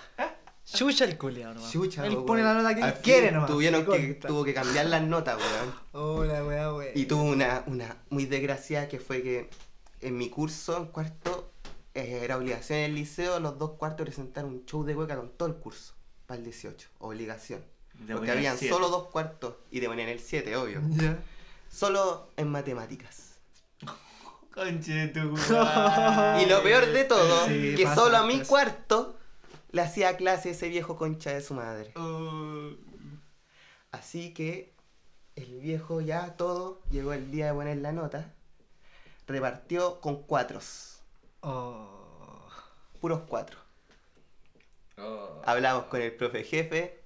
B: Chucha el culiao, nomás.
A: Chucha,
B: Él
A: po,
B: pone la
A: weón.
B: nota que
A: Al
B: él
A: fin
B: quiere, nomás.
A: Tuvieron
B: Y
A: que,
B: corta.
A: tuvo que cambiar las notas, weón.
B: Hola, weá, weá.
A: Y tuve una, una muy desgraciada que fue que en mi curso, en cuarto, eh, era obligación en el liceo, los dos cuartos presentar un show de hueca con todo el curso, para el 18, obligación.
E: Te
A: Porque
E: ponían
A: habían
E: siete.
B: Mm.
A: solo dos cuartos y te ponían el 7, obvio.
B: Ya.
A: solo en matemáticas.
C: Conche tu
A: y lo peor de todo,
B: Ah, eh, Sí,
A: que
B: pasa,
A: solo a mi
B: pasa.
A: cuarto le hacía clase ese viejo concha de su madre.
E: Oh.
A: Así que el viejo ya todo, llegó el día de poner la nota, repartió con cuatros,
B: Oh.
A: puros cuatro.
D: Oh.
A: Hablamos con el profe jefe,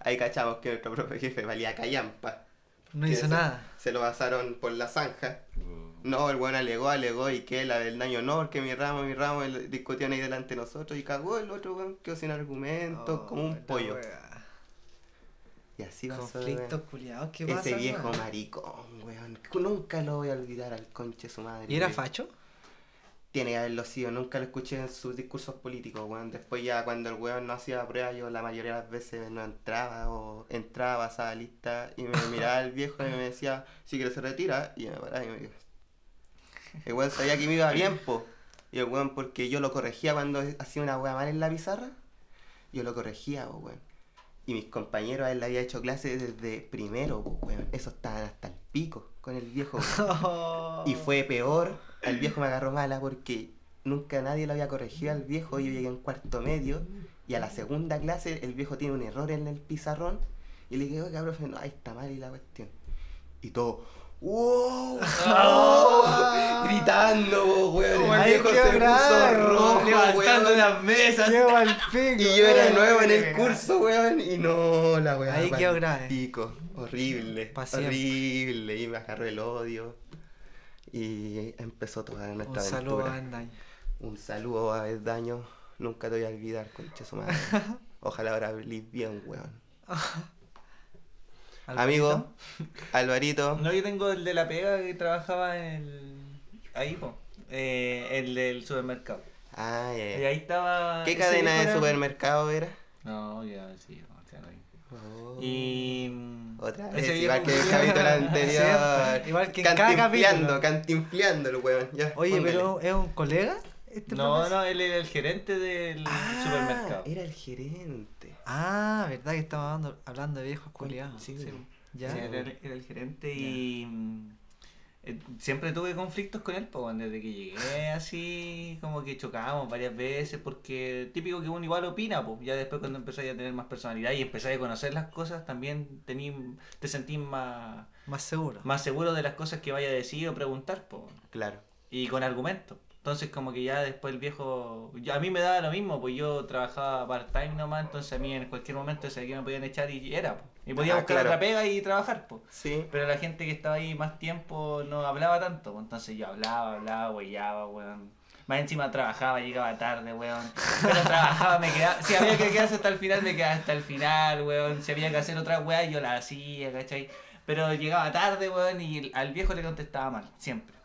A: ahí cachamos que nuestro profe jefe valía callampa.
B: No
A: que
B: hizo
A: se-
B: nada.
A: Se lo pasaron por la zanja. No, el weón alegó, alegó y que la del daño no, porque mi ramo, mi ramo el- discutían ahí delante de nosotros y cagó el otro weón, quedó sin argumentos,
B: Oh,
A: como un
B: la
A: pollo.
B: wea.
A: Y así pasó.
B: Conflictos culiados, ¿qué
A: weón.
B: pasa?
A: Ese viejo
B: weón?
A: maricón, weón. Nunca lo voy a olvidar al conche su madre.
B: ¿Y era
A: weón.
B: facho?
A: Tiene que haberlo sido, nunca lo escuché en sus discursos políticos, weón. Después ya cuando el weón no hacía pruebas, yo la mayoría de las veces no entraba o entraba, pasaba lista y me miraba el viejo y me decía, si quieres se retira, y yo me paraba y me iba. El weón sabía que me iba bien, po. Y el weón, porque yo lo corregía cuando hacía una weá mal en la pizarra, yo lo corregía, po, weón. Y mis compañeros a él le había hecho clases desde primero, po, weón. Eso estaban hasta el pico con el viejo, weón.
B: Oh.
A: Y fue peor, al viejo me agarró mala porque nunca nadie lo había corregido al viejo. Yo llegué en cuarto medio y a la segunda clase el viejo tiene un error en el pizarrón. Y le dije, oiga, profe, no, ahí está mal y la cuestión. Y todo, ¡wow! ¡wow!", Gritando, po, weón. El
B: Ay,
A: viejo
B: qué
A: se puso
B: bravo,
A: rojo,
E: Levantando
A: weón.
E: las mesas.
B: Qué mal pico,
A: Y yo era
B: weón.
A: nuevo en el curso, weón. Y no, la weón.
B: Ahí quedó grave.
A: Pico. Horrible.
B: Pa' siempre.
A: horrible. Y me agarró el odio. Y empezó toda
B: Un
A: nuestra
B: saludo
A: aventura.
B: a Andaño.
A: Un saludo a Daño. Nunca te voy a olvidar, concha su madre. Ojalá ahora hables bien, weón. Amigo, Alvarito.
E: No, yo tengo el de la pega que trabajaba en el. Ahí, po. Eh, el del supermercado.
A: Ah, ya, ya.
E: Y ahí estaba.
A: ¿Qué
E: ese
A: cadena
E: viejo
A: de
E: era-
A: supermercado era?
E: No, ya, sí, no, o sea, no hay.
A: Oh.
E: Y. mm,
A: Otra
E: ese
A: vez,
E: viejo
A: igual que el
E: culiao-
A: capítulo anterior.
B: Siempre, igual que en cada capítulo.
A: Cantinfleando, cantinfleando el weón. Ya,
B: Oye,
A: póngale.
B: pero ¿es un colega? Este
E: No,
B: profesor?
E: no, él era el gerente del
A: Ah,
E: supermercado.
A: Era el gerente.
B: Ah, verdad que estamos hablando, hablando de viejos culiados.
A: Sí,
E: Sí,
B: ¿Ya?
E: Sí, era, el- era el gerente y. mm, eh, Siempre tuve conflictos con él, pues, bueno, desde que llegué así, como que chocábamos varias veces, porque típico que uno igual opina, pues, ya después cuando empezáis a tener más personalidad y empezáis a conocer las cosas, también tení, te sentís más,
B: Más seguro.
E: más seguro de las cosas que vaya a decir o preguntar, pues,
A: Claro.
E: y con argumentos. Entonces como que ya después el viejo, yo- a mí me daba lo mismo, pues yo trabajaba part-time nomás, entonces a mí en cualquier momento sabía que me podían echar y era, pues, y podía
A: Ah,
E: buscar
A: claro.
E: otra pega y trabajar, pues.
A: Sí.
E: Pero la gente que estaba ahí más tiempo no hablaba tanto, pues, entonces yo hablaba, hablaba, huellaba, weón. Más encima trabajaba, llegaba tarde, weón. Pero trabajaba, me quedaba. Si había que quedarse hasta el final, me quedaba hasta el final, weón. Si había que hacer otra weá, yo la hacía, ¿cachai? Pero llegaba tarde, weón, y el- al viejo le contestaba mal, siempre.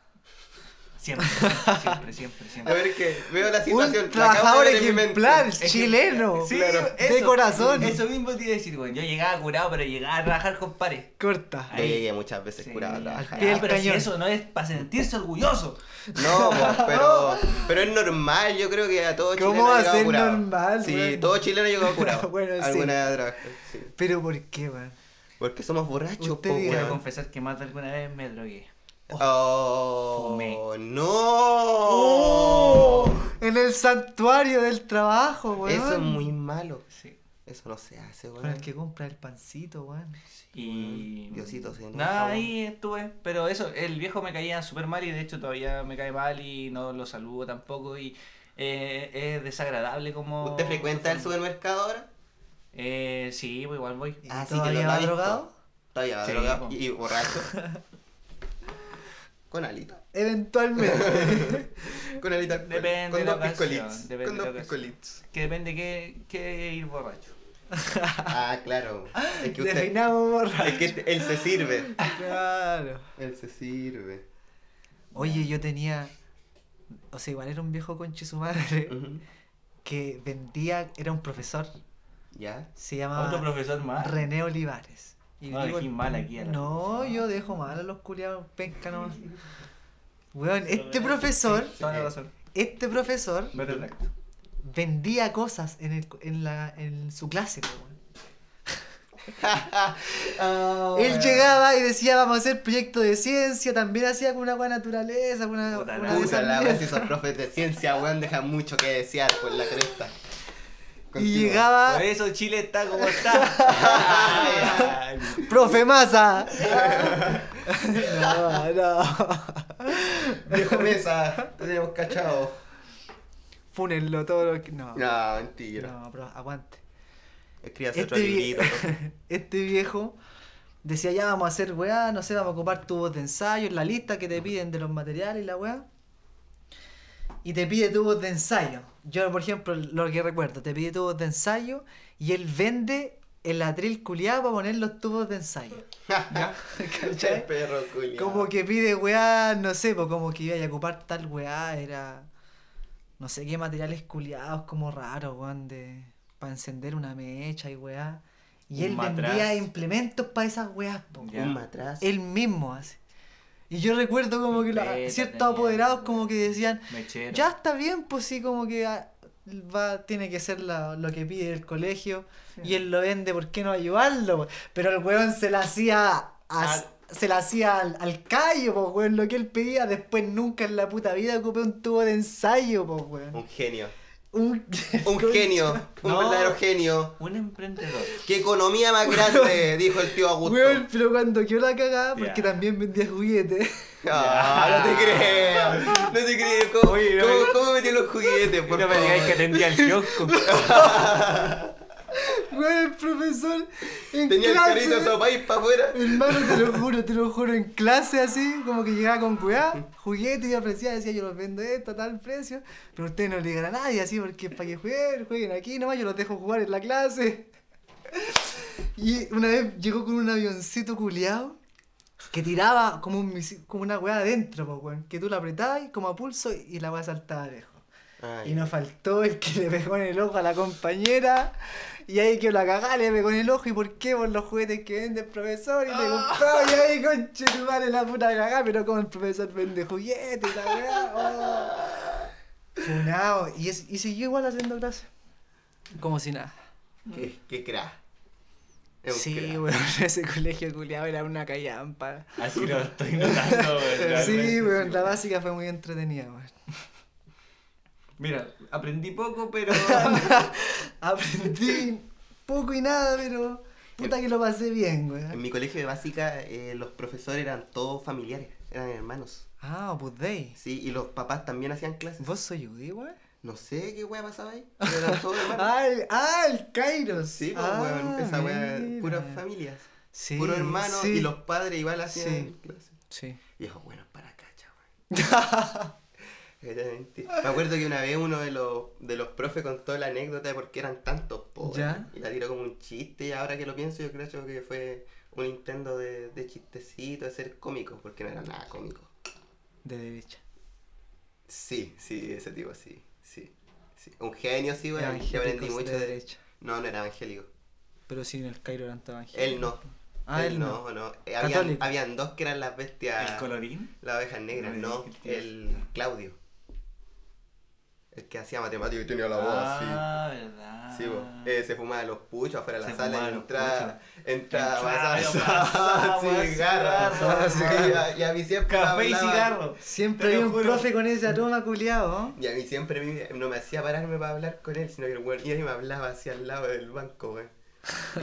E: Siempre, siempre, siempre,
A: A
E: siempre.
A: ver que veo la situación.
B: Ah, Un trabajador ejemplar,
A: ejemplar.
B: chileno.
E: Sí,
A: claro.
E: eso,
B: de corazón.
E: Eso mismo te iba a decir, weón. Yo llegaba curado, pero llegaba a rajar con pares.
B: Corta.
A: Yo llegué muchas veces
E: Sí.
A: curado a
E: Ah,
A: trabajar.
B: pie del
E: pero si
B: cañón.
E: eso no es para sentirse orgulloso.
A: No, po, pero, pero es normal, yo creo que a todo
B: ¿Cómo
A: chileno
B: va a
A: llegaba
B: ser
A: curado.
B: normal,
A: Sí,
B: weón?
A: todo chileno llegó curado.
B: Bueno, sí.
A: Alguna vez trabajar, sí.
B: Pero ¿por qué, weón?
A: Porque somos borrachos,
B: Usted
A: po,
B: diga,
E: Quiero
A: weón.
E: confesar que más de alguna vez me drogué.
A: Oh,
E: Fumé.
A: no.
B: ¡Oh! En el santuario del trabajo, Oh, weón.
A: Oh. Eso es muy malo.
E: Sí.
A: Eso no se hace,
B: Con el
A: weón.
B: que compra el pancito, weón.
E: Y.
A: Diosito se enoja,
E: Nada,
A: weón.
E: ahí estuve. Pero eso, el viejo me caía súper mal y de hecho todavía me cae mal y no lo saludo tampoco. Y eh, es desagradable como.
A: ¿Usted frecuenta el
E: supermercado?
A: supermercado ahora?
E: Eh, sí, pues igual voy.
B: ¿Y
A: Ah, sí, que
B: todavía
A: lo
B: va
A: ha visto.
B: drogado?
A: Todavía va
E: Sí,
A: drogado
E: po.
A: y, y borracho. con alita.
B: Eventualmente.
A: Con alita. al
E: Depende
A: cuello, con
E: de la
A: dos
E: ocasión,
A: picolitos.
E: depende
A: Con dos
E: de la ocasión.
A: picolitos.
E: Que depende que, que ir borracho.
A: Ah, claro. Es que usted.
B: Definamos borracho.
A: Es que él se sirve.
B: Claro.
A: Él se sirve.
B: Oye, yo tenía. O sea, igual era un viejo conche su madre
E: Mm.
A: Ujú.
B: que vendía. Era un profesor.
A: ¿Ya?
B: Se llamaba
E: Otro profesor más.
B: René Olivares. Y
E: No,
B: digo-
E: dejé mal aquí a la
B: No, yo dejo mal a los culiados penca nomás. Weón, este profesor,
E: Toda la razón.
B: este profesor
E: Me retracto.
B: vendía cosas en, el- en la, en su clase, po, weón.
A: Ah,
B: Él
A: weón.
B: llegaba y decía, vamos a hacer proyecto de ciencia, también hacía alguna buena naturaleza, alguna...
E: Puta
B: una
E: la-
B: de
A: Puta
B: esas
A: la weón,
B: mierdas.
A: si esos profes de ciencia, weón, dejan mucho que desear por la cresta.
B: Y
A: Continúa.
B: llegaba,
E: Por eso Chile está como está. Ay,
B: profe Massa. no, no.
A: Viejo mesa, te tenemos cachado.
B: Fúnenlo todo lo que... No, no,
A: No, mentira.
B: pero aguante.
A: Escríbase otro
B: Este, vie-
A: librito.
B: este viejo decía, ya vamos a hacer weá, no sé, vamos a ocupar tubos de ensayo, la lista que te piden de los materiales y la weá. Y te pide tubos de ensayo. Yo, por ejemplo, lo que recuerdo, te pide tubos de ensayo y él vende el atril culiado para poner los tubos de ensayo.
A: El perro culiao.
B: Como que pide weá, no sé, pues como que iba a ocupar tal weá, era. No sé qué materiales culiados como raros, weón, de. para encender una mecha y weá. Y
E: Un
B: él
E: matraz.
B: vendía implementos para esas weás, po.
E: Ya.
A: Un matraz.
B: Él mismo así. Y yo recuerdo como que la-
E: Completa,
B: ciertos
E: tenía,
B: apoderados
E: weón.
B: como que decían,
E: Mechero.
B: ya está bien, pues sí, como que ah, va, tiene que ser la- lo que pide el colegio y él lo vende, ¿por qué no ayudarlo? po? Pero el weón se la hacía a-
E: Al-
B: se la hacía al, al callo, pues weón, lo que él pedía, después nunca en la puta vida ocupé un tubo de ensayo, pues weón.
A: Un genio.
B: Un,
A: Un genio. Un
E: No.
A: verdadero genio.
E: Un emprendedor.
A: ¡Qué economía más grande! dijo el tío Augusto.
B: Weón, pero cuando quedó la cagada, porque
E: Ya.
B: también vendía juguetes.
A: Ah, no te creo. No te creo. ¿Cómo,
E: Oye, no
A: cómo-
E: me-
A: cómo metió los juguetes? Por
E: no me
A: favor?
E: digáis que atendía el kiosco.
B: Weón, el profesor en
A: Tenía el
B: clase.
A: carrito sopaís para afuera.
B: Hermano, te lo juro, te lo juro, en clase así, como que llegaba con cuidado, juguetes y ofrecía, decía yo los vendo esto a tal precio, pero ustedes no le digan a nadie así, porque es para que jueguen, jueguen aquí nomás, yo los dejo jugar en la clase. Y una vez llegó con un avioncito culeado que tiraba como, un misi- como una weá adentro, po, weón, que tú la apretabas y como a pulso y la weá saltaba lejos. Y
A: Ay,
B: no faltó el que le pegó en el ojo a la compañera. Y ahí que la cagá le pegó en el ojo. ¿Y por qué? Por los juguetes que vende el profesor. Y le compró. Y ahí, conche, tu madre, la puta cagá. Pero como el profesor vende juguetes, la weá. oh. Funao. Y, es- y siguió igual haciendo clase. Como si nada.
A: qué, qué crack. Es un
B: Sí,
A: crack.
B: weón, ese colegio culiado era una callampa.
E: Así lo estoy notando, weón,
B: Sí,
E: realmente,
B: weón, la
E: weón.
B: básica fue muy entretenida, weón.
E: Mira, aprendí poco, pero.
B: Aprendí poco y nada, pero puta que lo pasé bien,
A: En
B: weón.
A: mi colegio de básica, eh, los profesores eran todos familiares, eran hermanos.
B: Ah, Opus Dei.
A: Sí, y los papás también hacían clases.
B: ¿Vos soy Judy, weón?
A: No sé qué wea pasaba ahí. pero Eran todos hermanos.
B: Ah, el, ah, el Kairos.
A: Sí, pues,
B: ah,
A: weón, esa wea,
B: mira.
A: puras familias.
B: Sí,
A: puros hermanos
B: sí,
A: y los padres igual hacían
B: Sí.
A: clases.
B: Sí.
A: Viejo, bueno, para acá, chaval. Exactamente. Me acuerdo que una vez uno de los, de los profes contó la anécdota de por qué eran tantos pobres.
B: Ya.
A: Y la tiró como un chiste. Y ahora que lo pienso, yo creo que fue un intento de, de chistecito, de ser cómico, porque no era nada cómico.
B: De derecha.
A: Sí, sí, ese tipo, sí. sí, sí. Un genio, sí, bueno. Yo
B: Evangélicos
A: aprendí mucho
B: de
A: de.
B: derecha.
A: No, no era evangélico.
B: Pero sí, en el Cairo eran todos
A: Él no.
B: Ah, él no.
A: no, Eh, habían,
B: Católico.
A: habían dos que eran las bestias.
E: El colorín.
A: Las ovejas negras, no.
E: No me digas que
A: El Claudio. El que hacía matemática y tenía la voz
E: ah, verdad.
A: así. Sí, vos. Eh, se fumaba los puchos afuera de la
E: Se
A: sala
E: fumaba
A: y
E: los
A: entraba. Entraba,
E: Entraba,
A: pasaba,
E: pasaba,
A: pasaba, cigarro.
E: pasaba,
A: pasaba, Y a- y a mí siempre me
E: Café y
A: hablaba-
E: cigarro.
B: Siempre
E: Te
B: había
E: lo
B: un
E: juro.
B: profe con ese aroma culiado, ¿no?
A: Y a mí siempre me- no me hacía pararme para hablar con él, sino que el weón iba y me hablaba así al lado del banco, weón.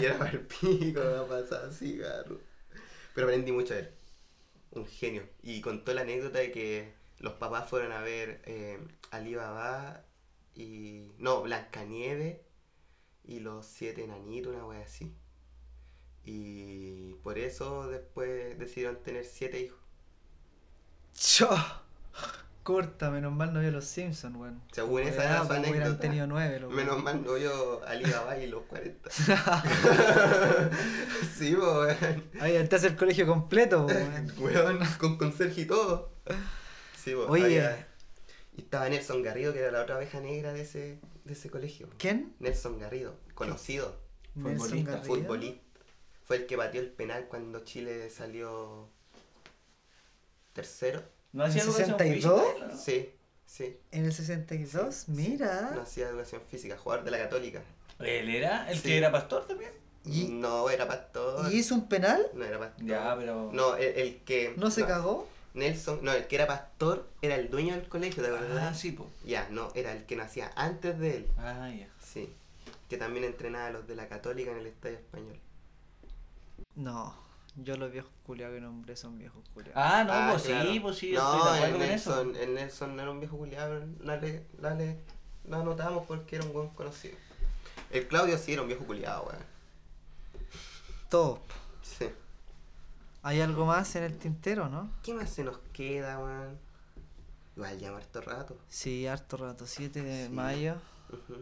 A: Y era para el pico, me pasaba cigarro. Pero aprendí mucho de él. Un genio. Y contó la anécdota de que los papás fueron a ver eh, Alibaba y. No, Blancanieve y los siete enanitos, una wea así. Y por eso después decidieron tener siete hijos.
B: Cho. Corta, menos mal no vio los Simpsons, weón.
A: Según esa
B: Ah,
A: era su
B: pues, hubieran
A: anécdota.
B: tenido nueve, los
A: Menos mal no yo Alibaba y los 40. sí, po, weón.
B: Ahí estás el colegio completo, pues, weón.
A: Weón, con conserje y todo. Sí, po,
B: Oye.
A: había- Y estaba Nelson Garrido, que era la otra abeja negra de ese, de ese colegio.
B: ¿Quién?
A: Nelson Garrido, conocido,
E: Futbolista,
B: Garrido.
A: futbolista. Fue el que batió el penal cuando Chile salió tercero.
E: ¿No hacía
B: ¿En
E: educación
B: 62?
E: física, ¿no?
A: Sí, sí.
B: En el 62,
A: No
B: mira.
A: hacía educación física, jugador de la católica.
E: ¿Él era el
A: Sí.
E: que era pastor también?
B: ¿Y,
A: No, era pastor.
B: y hizo un penal?
A: No era pastor.
E: Ya, pero.
A: No, el, el que.
B: ¿No se cagó?
A: Nelson, no, el que era pastor era el dueño del colegio, ¿te
E: Ah,
A: acuerdas?
E: sí, po.
A: Ya, no, era el que nacía antes de él.
E: Ah, ya.
A: Sí. Que también entrenaba a los de la Católica en el Estadio Español.
B: No, yo los viejos culiados que nombré son viejos culiados.
E: Ah, no, pues
A: claro.
E: sí, pues sí.
A: No,
E: estoy de
A: el
E: acuerdo con eso.
A: Nelson, el Nelson no era un viejo culiado, la, le, la, le, la anotamos porque era un buen conocido. El Claudio sí era un viejo culiado, weón. Ah.
B: Top.
A: Sí.
B: ¿Hay algo más en el tintero, no?
A: ¿Qué más se nos queda, weón? Igual ya harto rato.
B: Sí, harto rato. 7 de
A: Sí.
B: mayo,
A: Ujú.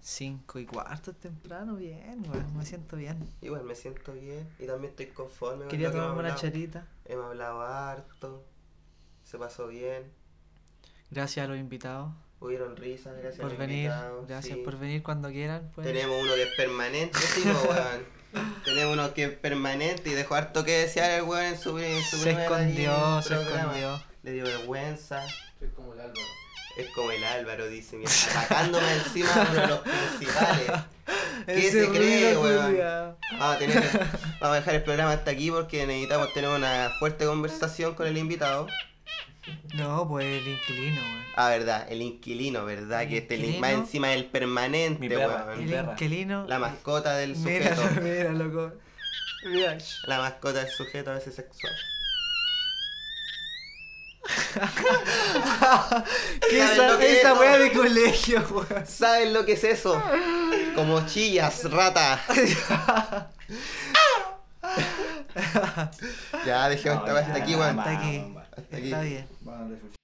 B: 5 y cuarto temprano. Bien, weón, me siento bien.
A: Igual me siento bien y también estoy conforme. con
B: Quería
A: lo que hemos
B: tomarme una
A: hablado.
B: charita.
A: Hemos hablado harto, se pasó bien,
B: Gracias a los invitados
A: hubieron risas, gracias a
B: por
A: los
B: venir.
A: invitados,
B: Gracias
A: sí.
B: por venir cuando quieran. pues.
A: Tenemos uno que es permanente, sí, po, weón. Tenemos uno que es permanente y dejó harto que desear el weón en su, en su
B: Se
A: primer
B: escondió,
A: ahí
B: se
A: programa.
B: escondió.
A: Le dio vergüenza.
D: Soy como el Álvaro.
A: Es como el Álvaro, dice, mira, atacándome encima uno de los principales. ¿Qué
B: Ese
A: se cree,
B: ruido,
A: weón?
B: culiao.
A: Vamos a, tener, vamos a dejar el programa hasta aquí porque necesitamos tener una fuerte conversación con el invitado.
B: No, pues el inquilino, weón.
A: Ah, verdad, el inquilino, ¿verdad?
B: El
A: que este link
B: inquilino.
A: más encima del permanente,
E: Mi perra,
A: weón.
E: Mi
B: El
E: perra.
B: inquilino.
A: La mascota del
B: Mira,
A: sujeto.
B: mira, loco. Mira. sh-
A: La mascota del sujeto a veces sexual.
B: ¿Qué
A: ¿Saben lo
B: esa,
A: que es
B: esa
A: eso?
B: weá de colegio, weón?
A: ¿Saben lo que es eso? Como chillas, rata. ya, dejemos
E: No,
A: esta weá hasta
E: ya,
A: aquí, weón.
E: vamos,
B: Hasta aquí.
E: vamos.
A: Hasta aquí.
B: Está bien.
D: Van a resucitar.